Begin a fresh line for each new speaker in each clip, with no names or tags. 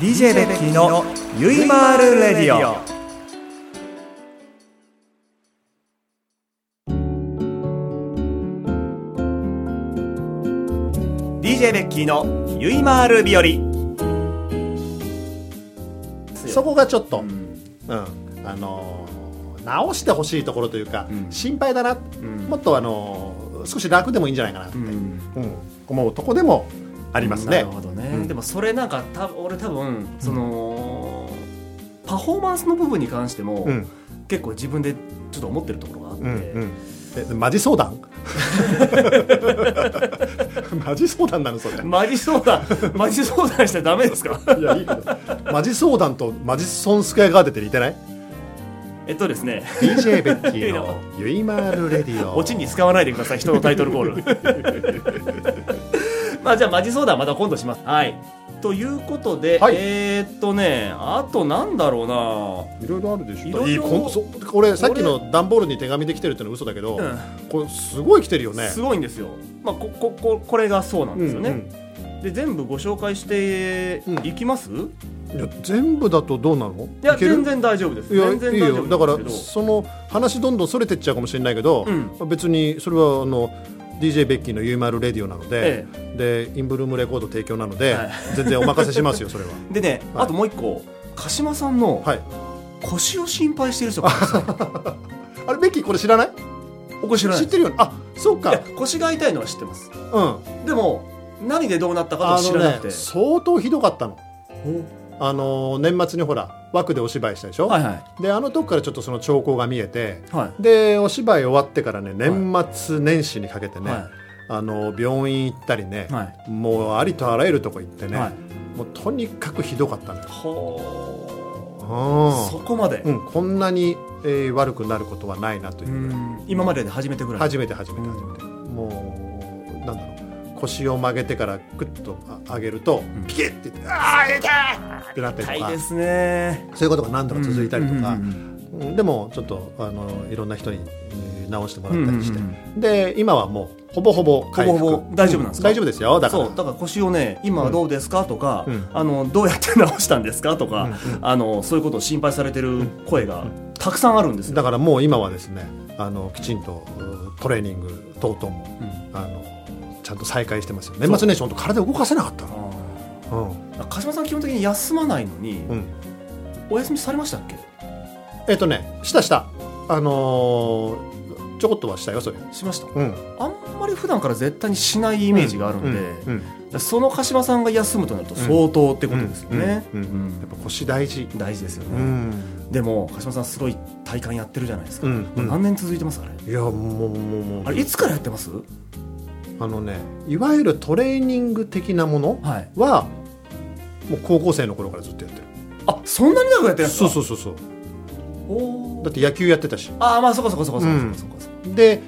DJ ベッキーのゆいまーるレディオDJ ベッキーのゆいまーる日和
そこがちょっと、うんあのー直してほしいところというか、心配だな、もっと、あのー少し楽でもいいんじゃないかなって、うん思うとこでもあります
な
ね
る。ほどね、
うん
でもそれなんかた俺多分その、パフォーマンスの部分に関しても、
うん
結構自分でちょっと思ってるところがあって、
うんうんえマジ相談 マジ相談なのそれ
マジ相 談マジ相談しちゃダメですか
いやいいけどマジ相談とマジソンスクエアガーデンって似てない
えっとですね
DJ ベッキーのゆいまるレディオ
オチに使わないでください人のタイトルコー ルまあじゃあマジ相談また今度しますはいということで、
はい
えーっとねあとなんだろうない
ろいろあるでし
い
ょ
ろ
い
い
い
ろ
こんそ俺さっきの段ボールに手紙で来てるってのは嘘だけど、これすごい来てるよね
すごいんですよ、まあ、ここここれがそうなんですよね、
うん
で全部ご紹介していきます、い
うんいや全部だとどうなの
や
いける
全然大丈夫です
いや
全然
いい
大丈
よだか
夫
ら
です
その話どんどんそれてっちゃうかもしれないけど、
う
別にそれはあの DJ ベッキーの「ゆいまるレディオ」なので
え、
でインブルームレコード提供なので、
はい
全然お任せし ますよそれは
けどでね、
はい
あともう一個鹿島さんの
はい
腰を心配してる人がいます
あれベッキーこれ知らない
お腰知らない
知ってるよねあそう
い
か
や腰が痛いのは知ってます
うん
でも何でどうなったかと知らなくて、
相当ひどかったの
お
あの年末にほら枠でお芝居したでしょ、
はいはい
であのとこからちょっとその兆候が見えて
はい
でお芝居終わってからね年末年始にかけてね、
は
あの病院行ったりね、
いはい
もうありとあらゆるとこ行ってね、
はい
もうとにかくひどかったのよ
ほー
う
そこまで、
ん、うん、こんなに、えー悪くなることはないなといううぐらい
ん今までで初めてぐらい
初めて初めて
うん
初めて、もうなんだろう腰を曲げてからクッとあ上げると、
ん
ピキッて「ああ痛い!」ってなった
痛
りと
い
か
ですね
そういうことが何度も続いたりとか、
うんうん
うんでもちょっとあのいろんな人にえー直してもらったりして、
うんうん
で今はもうほぼほぼ回復
ほぼほぼ大丈夫なんですか
う大丈夫ですよだから
そうだから腰をね今はどうですかとか、
うん
あのどうやって直したんですかとか、あのそういうことを心配されてる声がたくさんあるんですよ、
だからもう今はですねあのきちんとうトレーニング等々も
うん
あのちゃんと再開してますよ年末年始本当体動かせなかったの
あ
うん
ー鹿島さん基本的に休まないのに、
うん
お休みされましたっけ
えっ、とねしたしたあのーちょこっとはしたよそれ
しました
うん
あんまり普段から絶対にしないイメージがあるので、
うんうん
その鹿島さんが休むとなると相当ってことですよね、
うんうんうんやっぱ腰大事
うん大事ですよ
う
ね、
ん
でも鹿島さんすごい体幹やってるじゃないですか、
うんうん
何年続いてますあれ
いやもうもうもう
あれいつからやってます
あのねいわゆるトレーニング的なもの
はい
はもう高校生の頃からずっとやって
あそんなに長くやって
る
るんですか
そうそうそうそう
おー
だって野球やってたし
ああまあそこそこそこそこそこそこそこ
で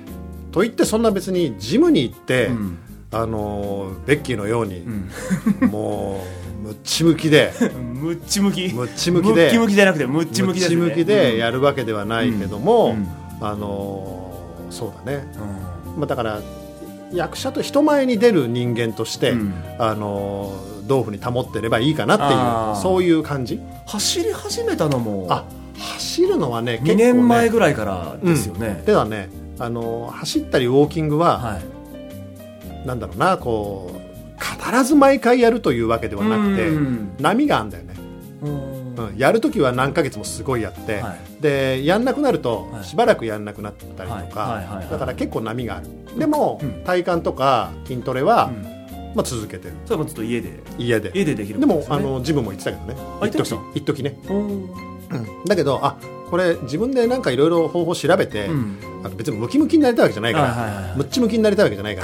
といってそんな別にジムに行って、
うん
あのーベッキーのように、
うん
もうむっちむき で
むっちむき
むっちむきで
むっきむきじゃなくてむっちむきですね
むっちむきでやるわけではないけども、
うん
あのーそうだね、
うん
まあ、だから役者と人前に出る人間として、
うん
あのーどういうふうに保ってればいいかなっ
あ
てい
ー
うそういう感じ
走り始めたのも
あ走るのはね
2年前
結
ぐらいからですよね
構ねではね、あのー走ったりウォーキングは、
はい
なんだろうなこう必ず毎回やるというわけではなくて、
うん
波があるんだよね、
うん
うん、やるときは何ヶ月もすごいやって、
は
でやんなくなると
はい
しばらくやんなくなったりとか、
はいはいはいはい
だから結構波があるでも、
うん
体幹とか筋トレは、
うん
まあ、続けてる
それもちょっと家で
家で
家でできる
で
こと
も
す
あ
ね
のジムも行ってたけどね
あ行
一
ってま
時
した
一時ね、
うん
うんだけどあこれ自分でなんかいろいろ方法調べて、
うん
あの別にムキムキになりたいわけじゃないから、
はいはいはい
ムッチムキになりたいわけじゃないか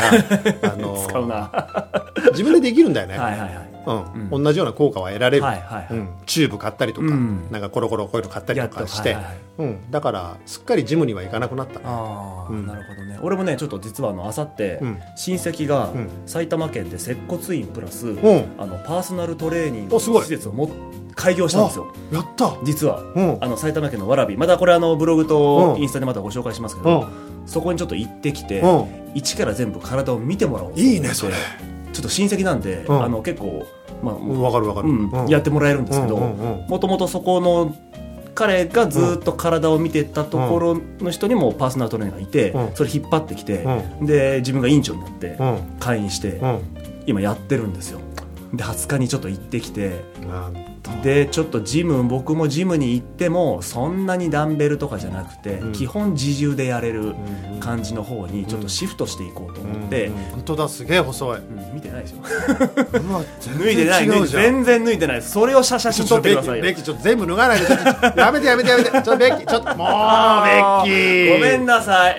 ら、あの
使うなは
自分でできるんだよ
い
ね、
はいはい
うん
うん
同じような効果は得られる、
はいはい
うん、チューブ買ったりとか、
うん
なんかコロコロこういうの買ったりと
や
か
っと
して、
はいはいはい
うん、だからすっかりジムには行かなくなったね、
ああ
うん
なるほどね俺もねちょっと実はあのあさって
うん
親戚が
うん
埼玉県で接骨院プラス
うん、
あのパーソナルトレーニングの
おすごい
施設をも開業したんですよ
やった
実は、
うん
あの埼玉県の蕨またこれあのブログと
うん
インスタでまたご紹介しますけ
う
ど、
ん
そこにちょっと行ってきて、
うん
一から全部体を見てもらおうと思って
いいねそれ
ちょっと親戚なんで、
うん
あの結構まあ
うんわかるわかる、
うん
うん
やってもらえるんですけど
うんうんうん
もともとそこの彼がずっと体を見てたところの人にもパーソナルトレーナーがいて、
うん
それ引っ張ってきて、で自分が委員長になって
うん
会員して、
うん
今やってるんですよで20日にちょっと行ってきて
なん
でちょっとジム僕もジムに行ってもそんなにダンベルとかじゃなくて、
うん
基本自重でやれる
うん
感じの方にちょっとシフトしていこうと思って、
うん本当だすげえ細い
うん見てないでしょ
うわ
脱いでない
全然違
脱いうで
じゃん
全然脱いでないですそれをシャシャシャ
ち
撮
ょ
っ
っと
て
ベ
く
ッ
だ
キ
さい
ー
よ
ベッキーちょっと全部脱がないでちょっとやめてやめてやめてちょっとベッキーちょっともうベッキ
ごめん
ー
なさい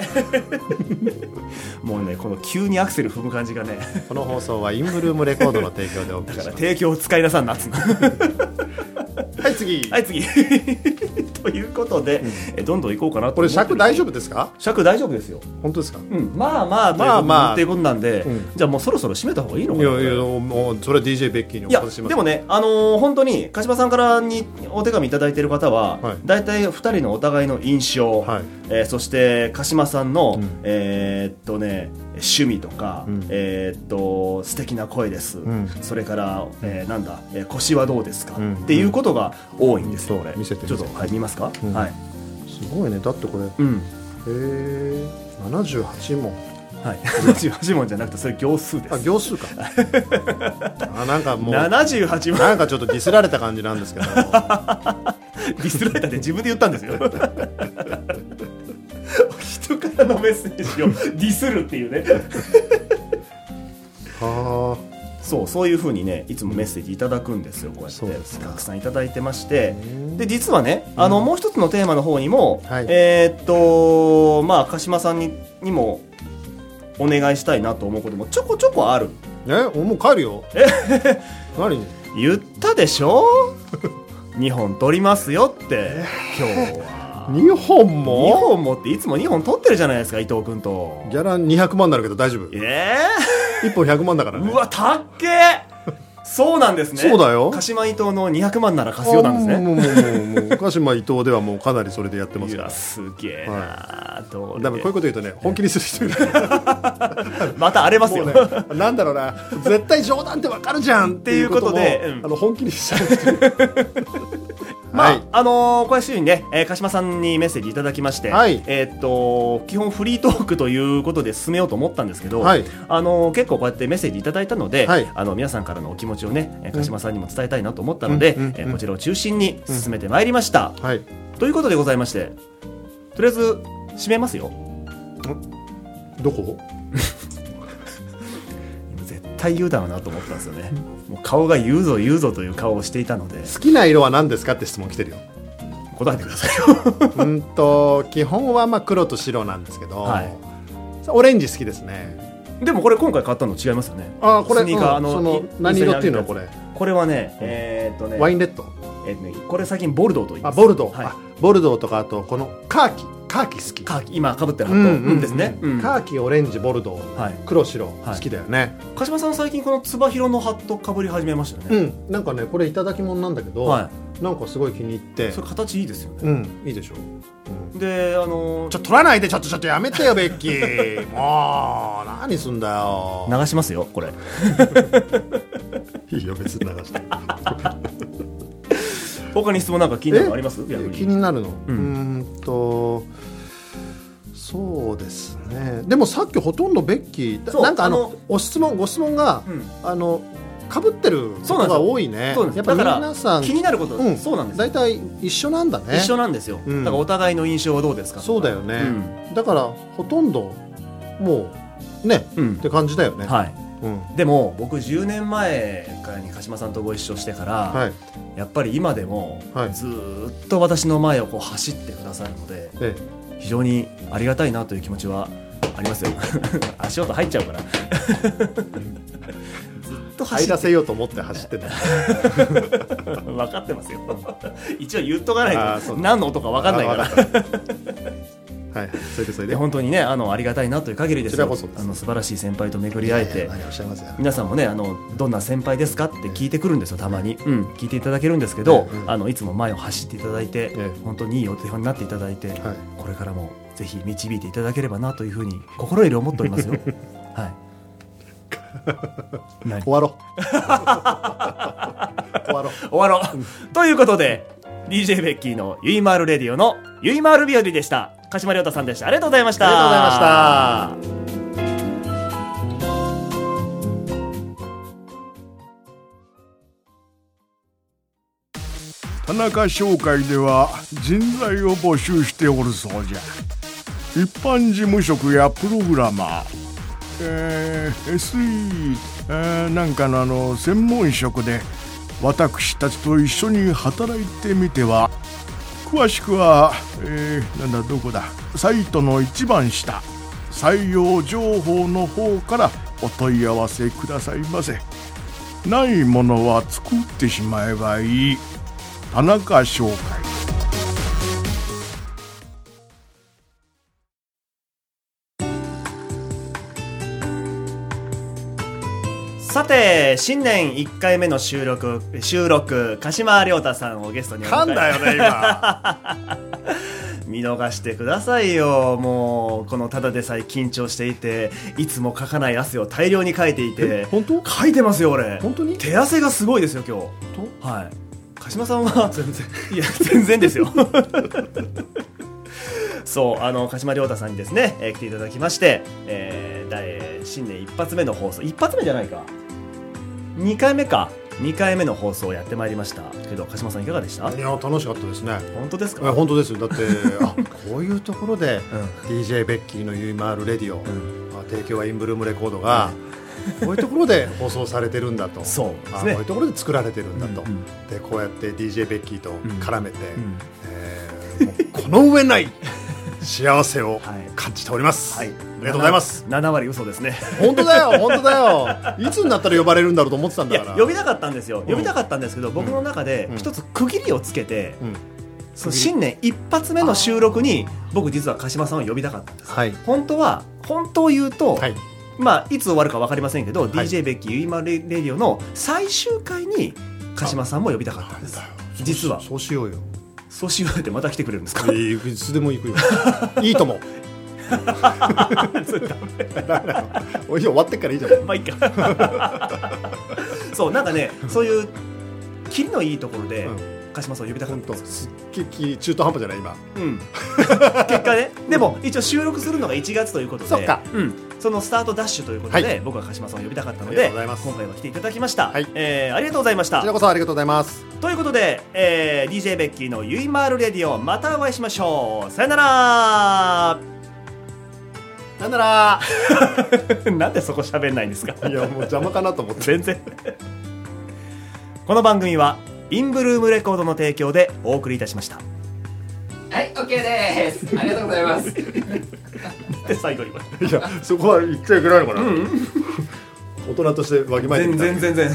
もうねこの急にアクセル踏む感じがね
この放送はインブルームレコードの提供でお送り
だ
し
から
ます
提供を使いなさんなっつうの
はい次
はい次ということで、えどんどん行こうかなと
こ
思
れ
ってる
尺大丈夫ですか
尺大丈夫ですよ、
本当ですか
うん、まあまあ
まあまあ
ということなんで、
うん
じゃあもうそろそろ締めた方がいいの
い
か
や
ない
やもうそれは DJ ベッキーにお
いや
任せします
でもね、あのー本当に鹿島さんからにお手紙いただいている方は、
はい
大体2人のお互いの印象、
はい
えーそして鹿島さんの、
うん
えーっとね趣味とか、
うん
えーっと素敵な声です、
ん
それから、えーなんだ、えー腰はどうですか、
うん
っていうことが多いんですよ、
うん
俺
見せて
ちょっと
見せて
はい見ますか、
うん
はい、
すごいねだってこれへ
うん
え78問
はい、78問じゃ なくてそれ行数で
あ
す
行数か あなんかもう
78問
なんかちょっとディスられた感じなんですけど
ディスられたって自分で言ったんですよ人からのメッセージをディスるっていうね
は
そうそういうふうにねいつもメッセージいただくんですよこうや
そう
っ
です
て
か
たくさんいただいてまして
うん
で実はねあの、もう一つのテーマの方にも、
はい
えーっとまあ鹿島さんににもお願いしたいなと思うこともちょこちょこある
あえもう帰るよ何
言ったでし ょ2本取りますよって今日は
二本
2
も
本持っていつも2本取ってるじゃないですか伊藤君と
ギャラ200万になるけど大丈夫
え
一本100万だから
え
ね
うわたっけーそうなんですね
そうだよ
鹿島伊藤の200万なら貸すようなんですね
あもうもうもうもう鹿島伊藤ではもうかなりそれでやってま
い
すか
や
ら
すげえな、どう
ダメこういうこと言うとね本気にする人いる
また荒れます
も
よ、
うねなんだろうな絶対冗談ってわかるじゃんっていうこと
っていうことで
で
うん
あの本気にしちゃうっていう
まあ、
はい
あのー、こういうふうにね、えー、鹿島さんにメッセージいただきまして、
はい
えーっと基本フリートークということで進めようと思ったんですけど、
はい
あのー結構こうやってメッセージいただいたので、
はい
あの皆さんからのお気持ちをねえー鹿島さんにも伝えたいなと思ったので、
うんうんうん
えーこちらを中心に進めてまいりました、
はい
ということでございましてとりあえず締めますよ
どこ
絶対言うだろうなと思ったんですよねもう顔が言うぞ言うぞという顔をしていたので
好きな色は何ですかって質問来てる よ
答えてくださいよ
うんと基本はまあ黒と白なんですけど、
はい
オレンジ好きですね
でもこれ今回買ったの違いますよね。
あーこれ
スニーカー、
うん
あの
その
い
何色っていうのは
一
こ
緒に
れ
あげたやつこれはね、えーっとね、
ワインレッド
えーっとねこれ最近ボルドーと言いま
あ
す。
ボルドー、
はい
あ。ボルドーとかあとこのカーキカーキ好き
カーキ今被ってるハ
う
ッ
ん
ト、
う
うん
んうん
ですね。うん
カーキオレンジボルドー、
はい。
黒白
はい
好きだよね、
鹿島さん最近このつばひろのハット被り始めましたよね。
うんなんかねこれいただき物なんだけど、
は
なんかすごい気に入って
い。それ形いいですよね。
うんいいでしょ、うん
で、あのー
ちょっと取らないでちょっとちょっとやめてよベッキーもう何すんだよ
流しますよこれ。
いいよ別に流して
他に質問なんか気になるのあります？逆
え
に
気になるのう
うん
んんとそうですねでもさっきほとんどベッキー
そう
なんかあの
あの
お質問ご質問が、
うん
あのかぶってるこ
そ
と
うなんですよ
が多いね
そうなんです
やっぱり
だから
皆さん
気になること、
うん
そうなんですよ。
大体一緒なんだね
一緒なんですよ。
うん
だからお互いの印象はどうですか？
そうだよね、
う
だからほとんどもうね
う
っ。
ん
て感じだよね、
はい。
うん
でも僕10年前からに鹿島さんとご一緒してから、
はい
やっぱり今でも
はい
ずーっと私の前をこう走ってくださるので
え
非常にありがたいなという気持ちはありますよ 足音入っち ゃうからず
え、入
っと走っ
ら
て
せようと思って走 ってた
分かってますよ 一応言っとかな
あー
い
そう
と
だ
何の音か分か んないか
あ
ら
わかったはいそれでそれ
で
で
本当にねあのありがたいなという限りですよ
こちらこそです
あの素晴らしい先輩と巡り会え
いや
て
いやいやおっしゃいますよ
皆さんもねあのどんな先輩ですかって聞いてくるんですよたまに、うん、聞いていただけるんですけど、
ええ
あのいつも前を走っていただいて、
ええ
本当にいいお手本になっていただいて、
はい
これからも ぜひ導いていただければなというふうに心より思っておりますよはい
終わろ う終わろう
終わろう。ということで、DJ ベッキーのゆいまーるレディオのゆいまーる日和でした。鹿島亮太さんでした。ありがとうございました。
ありがとうございました。
田中商会では人材を募集しておるそうじゃ一般事務職やプログラマーえー SE、えーなんかのあの専門職で私たちと一緒に働いてみては詳しくは、えーなんだどこだサイトの一番下採用情報の方からお問い合わせくださいませないものは作ってしまえばいい田中商会
さて新年1回目の収録収録鹿島亮太さんをゲストにお
噛
迎
んだ
え
よね今
見逃してくださいよもうこのただでさえ緊張していていつも書かない汗を大量にかいていて
本当
書いてますよ俺
本当に
手汗がすごいですよ今日はい鹿島さんは全然いや全然ですよ そうあの鹿島亮太さんにですね、えー来ていただきまして、えー第新年一発目の放送一発目じゃないか2回目か2回目の放送をやってまいりましたけど鹿島さんいかがでした
いや楽しかったですね
本当です
いや
か
本当ですよだってあこういうところで
うん
DJ ベッキーの「ゆいまーるレディオ」まあ提供はインブルームレコードが、こういうところで放送されてるんだと
そうで
あこ
す
う
ね
いうところで作られてるんだと、
うんうん
でこうやって DJ ベッキーと絡めて、
ん
えーもうこの上ない幸せを
はい
感じております、
はい
ありがとうございます
7割嘘ですね
本当だよ本当だよいつになったら呼ばれるんだろうと思ってたん
い
だ
や
から
呼びたかったんですよ呼びたかったんですけど、僕の中で
うん
一つ区切りをつけて、
うん
その新年一発目の収録に僕実は鹿島さんを呼びたかったんです
はい
本当は本当を言うと、
はい
まあいつ終わるか分かりませんけど、
い
DJ ベッキーゆいまるレディオの最終回に鹿島さんも呼びたかったんです実は
そうしようよ
そうしようってまた来てくれるん ですか
いつでも行くよ いいとも
それダメ
おい終わってっからいいじゃん
まあいいかそうなんかねそういう切りのいいところで、
うん
鹿島さんを呼びたかっ
本
たん
当
です
すっげえき中途半端じゃない今
うん、結果ね、でも一応収録するのが1月ということで、
そっか
うん、そのスタートダッシュということで、
はい
僕は鹿島さんを呼びたかったの
ありが
で、
とうござい
今
ます
回は来ていただきました。
はい
えーありがとうございまし
こちら
た。
こそありがとうございます
ということで、えー DJ ベッキーのゆいまーるレディオ、またお会いしましょう。さよなら
さよなら
なんでそこ喋んないんですか
いやもう邪魔かなと思って
全然。 この番組は、インブルームレコードの提供でお送りいたしました。
はい、オッケーです。ありがとうございます。
で、最後には。
いやそこは言っちゃいけないのかな、大人としてわきまえてみた
全然。